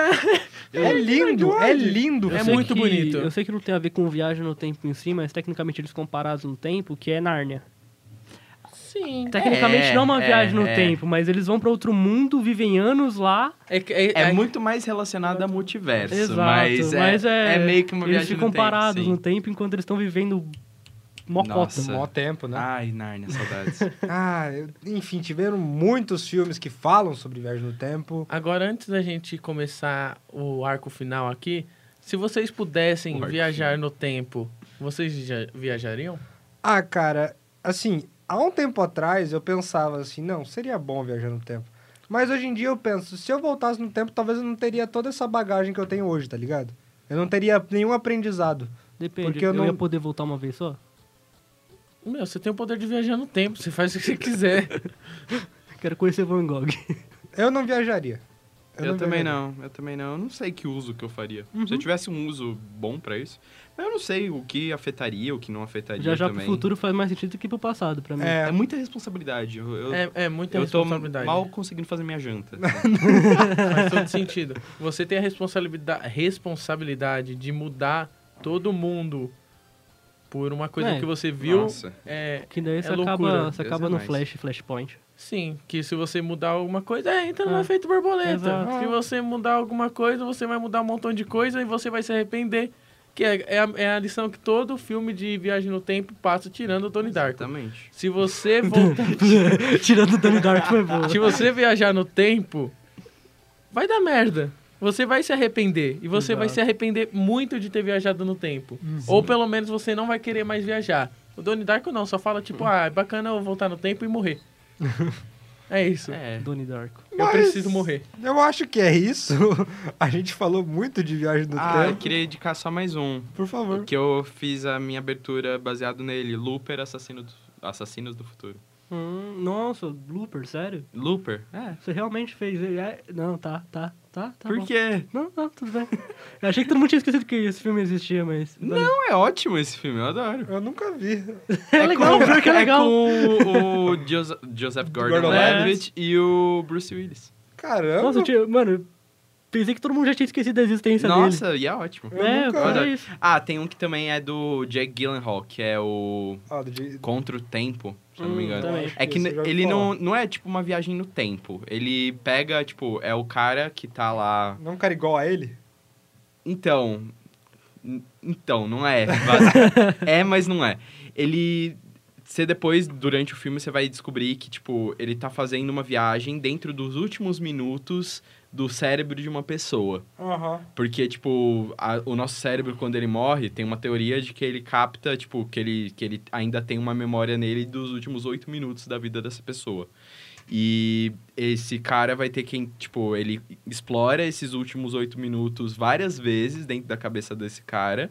Speaker 2: é lindo, é lindo.
Speaker 5: É
Speaker 3: eu sei
Speaker 5: muito
Speaker 3: que-
Speaker 5: bonito.
Speaker 3: Eu sei que não tem a ver com viagem no tempo em si, mas tecnicamente eles comparados no tempo, que é Nárnia.
Speaker 5: Sim.
Speaker 3: Tecnicamente
Speaker 4: É,
Speaker 3: não é uma
Speaker 4: é,
Speaker 3: viagem no
Speaker 4: é.
Speaker 3: tempo, mas eles vão pra outro mundo, vivem anos lá.
Speaker 5: É, que- é-
Speaker 4: É
Speaker 5: é-
Speaker 4: muito mais relacionada a multiverso,
Speaker 3: Exato.
Speaker 4: mas, é, é meio que uma
Speaker 3: eles
Speaker 4: viagem
Speaker 3: ficam
Speaker 4: no tempo,
Speaker 3: parados
Speaker 4: sim.
Speaker 3: no tempo enquanto eles estão vivendo mocota.
Speaker 4: Nossa.
Speaker 2: Mó tempo,
Speaker 5: Ah.
Speaker 2: né?
Speaker 4: Ai, Narnia, saudades.
Speaker 2: Ah, eu- enfim, tiveram muitos filmes que falam sobre viagem no tempo.
Speaker 5: Agora, antes da gente começar o arco final aqui, se vocês
Speaker 4: O
Speaker 5: pudessem
Speaker 4: arco
Speaker 5: viajar no tempo, vocês já viajariam?
Speaker 2: Ah, cara, assim, há um tempo atrás eu pensava assim, não, seria bom viajar no tempo. Mas hoje em dia eu penso, se eu voltasse no tempo, talvez eu não teria toda essa bagagem que eu tenho hoje, tá ligado? Eu não teria nenhum aprendizado.
Speaker 3: Depende,
Speaker 2: Porque eu
Speaker 3: eu,
Speaker 2: não-
Speaker 3: ia poder voltar uma vez só?
Speaker 5: Meu, você tem o poder de viajar no tempo, você faz o que você quiser.
Speaker 3: Quero conhecer Van Gogh.
Speaker 2: Eu não viajaria.
Speaker 4: Eu, também
Speaker 2: viajaria.
Speaker 4: não, eu também não. Eu não sei que uso que eu faria. Se
Speaker 3: Uhum.
Speaker 4: eu tivesse um uso bom pra isso, mas eu não sei o que afetaria, o que não afetaria
Speaker 3: Já já pro
Speaker 4: também.
Speaker 3: futuro faz mais sentido do que pro passado, pra mim.
Speaker 2: É,
Speaker 4: É muita responsabilidade. Eu, eu,
Speaker 5: É, é muita
Speaker 4: eu tô
Speaker 5: responsabilidade.
Speaker 4: mal conseguindo fazer minha janta.
Speaker 5: Faz todo sentido. Você tem a responsabilidade, responsabilidade de mudar todo mundo por uma coisa
Speaker 3: É.
Speaker 5: que você viu.
Speaker 4: Nossa.
Speaker 5: É,
Speaker 3: Que daí você
Speaker 5: loucura.
Speaker 3: acaba, você
Speaker 4: Deus
Speaker 3: acaba
Speaker 4: é
Speaker 3: no
Speaker 4: mais.
Speaker 3: flash, flashpoint.
Speaker 5: Sim, que se você mudar alguma coisa, é, entra no
Speaker 3: É.
Speaker 5: efeito borboleta.
Speaker 3: Exato.
Speaker 5: Se você mudar alguma coisa, você vai mudar um montão de coisa e você vai se arrepender. Que é, é a, é a lição que todo filme de viagem no tempo passa tirando o Tony Dark.
Speaker 4: Exatamente.
Speaker 5: Se você voltar,
Speaker 3: Tirando o Donnie Dark foi boa.
Speaker 5: se você viajar no tempo, vai dar merda. Você vai se arrepender. E você vai
Speaker 3: Exato.
Speaker 5: se arrepender muito de ter viajado no tempo. Ou pelo menos você não vai querer mais viajar. O Donnie Darko não, só fala tipo, ah, é bacana eu voltar no tempo e morrer. é isso.
Speaker 4: É.
Speaker 3: Donnie Darko.
Speaker 5: Eu
Speaker 2: Mas-
Speaker 5: preciso morrer.
Speaker 2: Eu acho que é isso. A gente falou muito de viagem no
Speaker 4: Ah, eu
Speaker 2: tempo.
Speaker 4: queria indicar só mais um.
Speaker 2: Por
Speaker 3: Uhum.
Speaker 2: favor.
Speaker 4: Que eu fiz a minha abertura baseado nele. Looper, assassino do- Assassinos do Futuro.
Speaker 3: Hum, nossa, blooper, sério?
Speaker 4: Looper? É.
Speaker 3: Você realmente fez ele? É, Não, tá, tá, tá, tá
Speaker 4: Por
Speaker 3: bom.
Speaker 4: quê?
Speaker 3: Não, não, tudo bem. Eu achei que todo mundo tinha esquecido que esse filme existia, mas...
Speaker 4: Não, é ótimo esse filme, eu adoro.
Speaker 2: Eu nunca vi.
Speaker 3: É, legal, pior que é legal.
Speaker 4: É com o Jos- Joseph Gordon-Levitt e o Bruce Willis.
Speaker 2: Caramba.
Speaker 3: Nossa, eu tinha- mano, eu pensei que todo mundo já tinha esquecido da existência dele.
Speaker 4: Nossa, e é ótimo.
Speaker 2: eu
Speaker 3: é,
Speaker 2: nunca-
Speaker 3: eu
Speaker 4: Olha.
Speaker 3: adoro isso.
Speaker 4: Ah, tem um que também é do Jack Gyllenhaal, que é o
Speaker 2: Ó, de-
Speaker 4: Contra o Tempo, se eu não me
Speaker 3: Hum,
Speaker 4: engano.
Speaker 3: também.
Speaker 4: É que
Speaker 2: tá. Esse
Speaker 4: n-
Speaker 2: Ah, eu já ouvi
Speaker 4: ele
Speaker 2: falar.
Speaker 4: não, não é tipo uma viagem no tempo. Ele pega, tipo, é o cara que tá lá.
Speaker 2: Não é um cara igual a ele?
Speaker 4: Então. n- Então, não é. Basi- é, mas não é. Ele Você depois, durante o filme, você vai descobrir que, tipo, ele tá fazendo uma viagem dentro dos últimos minutos do cérebro de uma pessoa.
Speaker 2: Aham.
Speaker 4: Porque, tipo, a- o nosso cérebro, quando ele morre, tem uma teoria de que ele capta, tipo, que ele, que ele ainda tem uma memória nele dos últimos oito minutos da vida dessa pessoa. E esse cara vai ter quem, tipo, ele explora esses últimos oito minutos várias vezes dentro da cabeça desse cara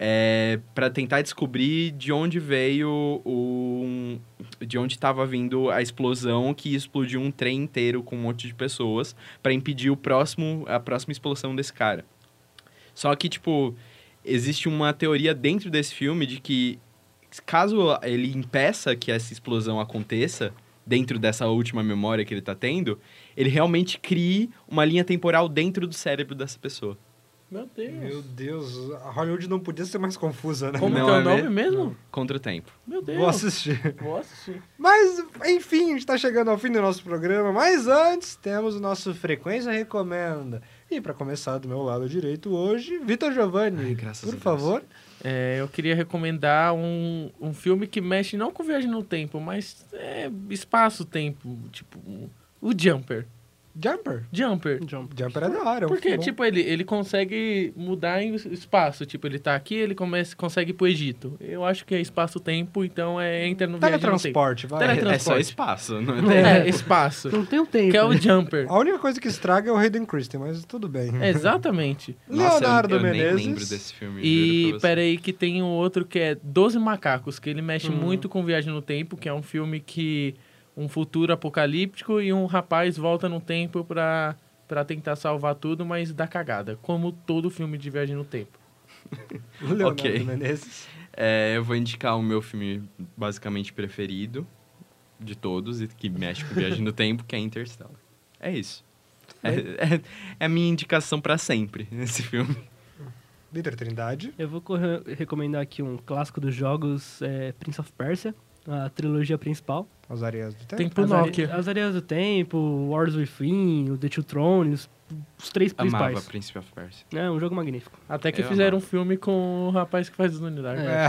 Speaker 4: é, para tentar descobrir de onde veio o. um, de onde estava vindo a explosão que explodiu um trem inteiro com um monte de pessoas para impedir o próximo a próxima explosão desse cara. Só que tipo existe uma teoria dentro desse filme de que caso ele impeça que essa explosão aconteça dentro dessa última memória que ele tá tendo, ele realmente crie uma linha temporal dentro do cérebro dessa pessoa.
Speaker 5: Meu Deus.
Speaker 2: Meu Deus, a Hollywood não podia ser mais confusa, né?
Speaker 5: Como
Speaker 4: Não
Speaker 5: que é
Speaker 4: é
Speaker 5: o nome
Speaker 4: mesmo?
Speaker 5: mesmo?
Speaker 4: Contra o tempo.
Speaker 5: Meu Deus.
Speaker 2: Vou assistir.
Speaker 5: Vou assistir.
Speaker 2: Mas, enfim, a gente tá chegando ao fim do nosso programa. Mas antes, temos o nosso Frequência Recomenda. E pra começar do meu lado direito hoje, Vitor Giovanni,
Speaker 4: Ai, graças
Speaker 2: por
Speaker 4: a Deus.
Speaker 2: favor.
Speaker 5: É, eu queria recomendar um, um filme que mexe não com viagem no tempo, mas é espaço-tempo, tipo um- o Jumper.
Speaker 2: Jumper.
Speaker 5: Jumper.
Speaker 3: Jump.
Speaker 2: Jumper é da hora. é um
Speaker 5: Porque,
Speaker 2: filme bom.
Speaker 5: tipo, ele, ele consegue mudar em espaço. Tipo, ele tá aqui, ele começa, consegue ir pro Egito. Eu acho que é espaço-tempo, então é entra no viagem no tempo.
Speaker 2: Teletransporte, vai.
Speaker 5: Teletransporte.
Speaker 4: É, é só espaço, não é?
Speaker 5: É, espaço.
Speaker 3: Não tem um tempo.
Speaker 5: que é o Jumper.
Speaker 2: A única coisa que estraga é o Hayden Christensen, mas tudo bem.
Speaker 5: Uhum. Exatamente.
Speaker 4: Nossa,
Speaker 2: Leonardo
Speaker 4: eu, eu
Speaker 2: Menezes.
Speaker 4: nem lembro desse filme.
Speaker 5: E
Speaker 4: juro pra você.
Speaker 5: peraí que tem um outro que é 12 Macacos, que ele mexe
Speaker 2: Hum.
Speaker 5: muito com Viagem no Tempo, que é um filme que um futuro apocalíptico e um rapaz volta no tempo pra, pra tentar salvar tudo, mas dá cagada, como todo filme de Viagem no Tempo.
Speaker 2: Leonardo
Speaker 4: Ok.
Speaker 2: Menezes.
Speaker 4: É, eu vou indicar o meu filme basicamente preferido de todos e que mexe com viagem no tempo, que é Interstellar. É isso. É, é- é a minha indicação pra sempre nesse filme.
Speaker 2: Vitor Trindade.
Speaker 3: Eu vou corre- recomendar aqui um clássico dos jogos, é Prince of Persia, a trilogia principal.
Speaker 2: As areias do tempo.
Speaker 5: Tem pro
Speaker 3: As Are-
Speaker 5: Nokia.
Speaker 3: As Areias do Tempo, Wars Within, o The Two Thrones, os três
Speaker 4: Amava
Speaker 3: principais.
Speaker 4: Príncipe of Persia.
Speaker 3: É um jogo magnífico.
Speaker 5: Até que
Speaker 4: Eu
Speaker 5: fizeram
Speaker 4: amava.
Speaker 5: um filme com o rapaz que faz os Unidades. É.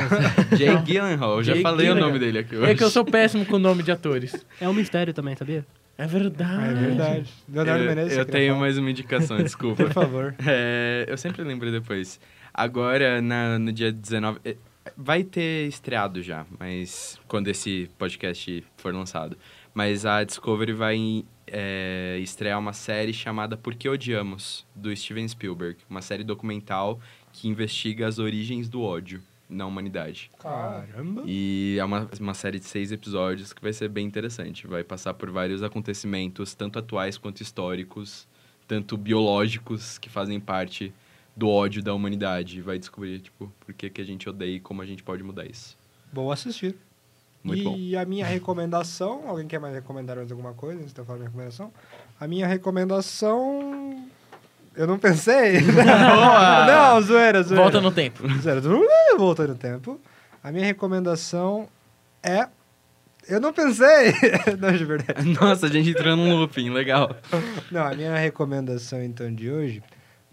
Speaker 2: É.
Speaker 4: Jay Gyllenhaal, eu já
Speaker 5: Jake
Speaker 4: falei o
Speaker 5: Gyllenhaal. É
Speaker 4: nome dele aqui hoje.
Speaker 5: que eu sou péssimo com o nome de atores.
Speaker 3: É um mistério também, sabia?
Speaker 5: É verdade.
Speaker 2: É verdade. Leonardo
Speaker 4: Eu,
Speaker 2: Menezes.
Speaker 4: eu
Speaker 2: você queria
Speaker 4: tenho
Speaker 2: falar?
Speaker 4: mais uma indicação, desculpa.
Speaker 2: Por favor.
Speaker 4: É, eu sempre lembro depois. Agora, na- no dia 19. eh, Vai ter estreado já, mas quando esse podcast for lançado. Mas a Discovery vai eh, estrear uma série chamada Por que Odiamos, do Steven Spielberg. Uma série documental que investiga as origens do ódio na humanidade.
Speaker 2: Caramba.
Speaker 4: E é uma, uma série de seis episódios que vai ser bem interessante. Vai passar por vários acontecimentos, tanto atuais quanto históricos, tanto biológicos, que fazem parte do ódio da humanidade. E vai descobrir, tipo, por que, que a gente odeia e como a gente pode mudar isso.
Speaker 2: Vou assistir.
Speaker 4: Muito
Speaker 2: e
Speaker 4: bom.
Speaker 2: a minha recomendação, alguém quer mais recomendar mais alguma coisa antes de eu falar minha recomendação? A minha recomendação. Eu não pensei. não, zoeira, zoeira.
Speaker 5: Volta no tempo.
Speaker 2: Zero do volta no tempo. A minha recomendação é. Eu não pensei! não, de verdade.
Speaker 4: Nossa, a gente entrou num looping, legal.
Speaker 2: Não, a minha recomendação então de hoje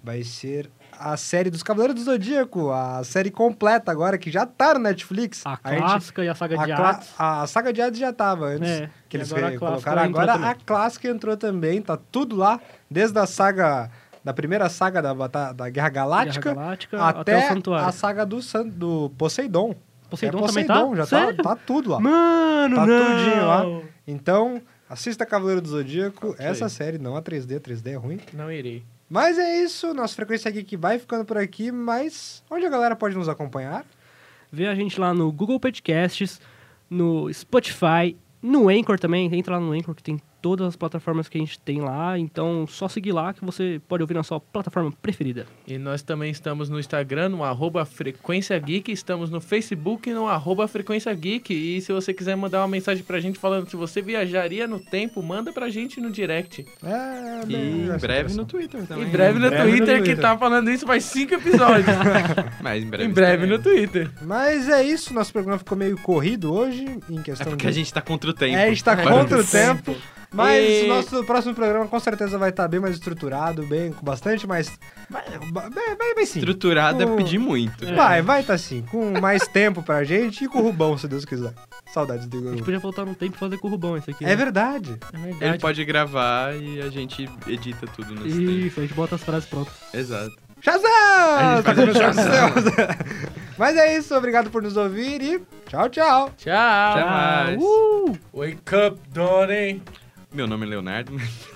Speaker 2: vai ser a série dos Cavaleiros do Zodíaco, a série completa agora, que já tá no Netflix.
Speaker 3: A
Speaker 2: gente-
Speaker 3: clássica e a saga de
Speaker 2: a cla-
Speaker 3: Hades.
Speaker 2: a saga de Hades já tava antes.
Speaker 3: É,
Speaker 2: que
Speaker 3: e
Speaker 2: eles
Speaker 3: agora a clássica
Speaker 2: colocaram.
Speaker 3: entrou
Speaker 2: Agora a
Speaker 3: também.
Speaker 2: clássica entrou também, tá tudo lá, desde a saga. Da primeira saga da, bata- da Guerra Galáctica,
Speaker 3: Guerra Galáctica até o Santuário.
Speaker 2: a saga do, san- do Poseidon.
Speaker 3: Poseidon,
Speaker 2: é
Speaker 3: também
Speaker 2: Poseidon,
Speaker 3: tá?
Speaker 2: já
Speaker 3: Sério?
Speaker 2: tá, tá tudo lá.
Speaker 3: Mano,
Speaker 2: Tá
Speaker 3: não!
Speaker 2: tudinho lá. Então, assista Cavaleiro do Zodíaco,
Speaker 5: Ok.
Speaker 2: essa série, não a 3D, 3D é ruim.
Speaker 5: Não irei.
Speaker 2: Mas é isso, nossa Frequência Geek vai ficando por aqui, mas onde a galera pode nos acompanhar?
Speaker 3: Vê a gente lá no Google Podcasts, no Spotify, no Anchor também. Entra lá no Anchor, que tem todas as plataformas que a gente tem lá. Então, só seguir lá que você pode ouvir na sua plataforma preferida.
Speaker 5: E nós também estamos no Instagram, no arroba Frequência Geek, estamos no Facebook, no arroba Frequência Geek. E se você quiser mandar uma mensagem pra gente falando se você viajaria no tempo, manda pra gente no direct.
Speaker 2: É,
Speaker 4: E
Speaker 2: bem,
Speaker 4: em
Speaker 2: essa
Speaker 4: breve
Speaker 2: impressão.
Speaker 4: no Twitter também.
Speaker 5: Em breve no
Speaker 2: Em breve no
Speaker 5: Twitter, que
Speaker 2: Twitter.
Speaker 5: tá falando isso faz cinco episódios.
Speaker 4: Mas em breve.
Speaker 5: em breve
Speaker 4: também.
Speaker 5: no Twitter.
Speaker 2: Mas é isso, nosso programa ficou meio corrido hoje, em
Speaker 4: É
Speaker 2: questão
Speaker 4: porque a
Speaker 2: de...
Speaker 4: gente tá contra o tempo.
Speaker 2: É, a gente tá
Speaker 4: Vai
Speaker 2: contra o
Speaker 4: acontecer.
Speaker 2: tempo. Mas
Speaker 5: E-
Speaker 2: nosso próximo programa com certeza vai estar bem mais estruturado, bem com bastante mais. Vai, vai, vai, vai sim.
Speaker 4: Estruturado
Speaker 2: Hum.
Speaker 4: é pedir muito.
Speaker 2: Vai, vai tá sim. Com mais tempo pra gente e com o Rubão, se Deus quiser. Saudades do
Speaker 3: A gente
Speaker 2: Igor.
Speaker 3: podia voltar no tempo e fazer com o Rubão isso aqui.
Speaker 4: Tipo,
Speaker 3: né?
Speaker 2: É verdade.
Speaker 5: É verdade.
Speaker 4: Ele pode gravar e a gente edita tudo nesse tempo.
Speaker 3: Isso, a gente bota as frases prontas.
Speaker 4: Exato.
Speaker 2: Shazam!
Speaker 4: A gente faz um Shazam.
Speaker 2: Mas é isso, obrigado por nos ouvir e tchau, tchau.
Speaker 5: Tchau.
Speaker 4: Até mais.
Speaker 3: Uh!
Speaker 5: Wake up, Donnie.
Speaker 4: Meu nome é Leonardo.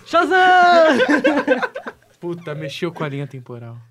Speaker 3: Shazam!
Speaker 5: Puta, mexeu com a linha temporal.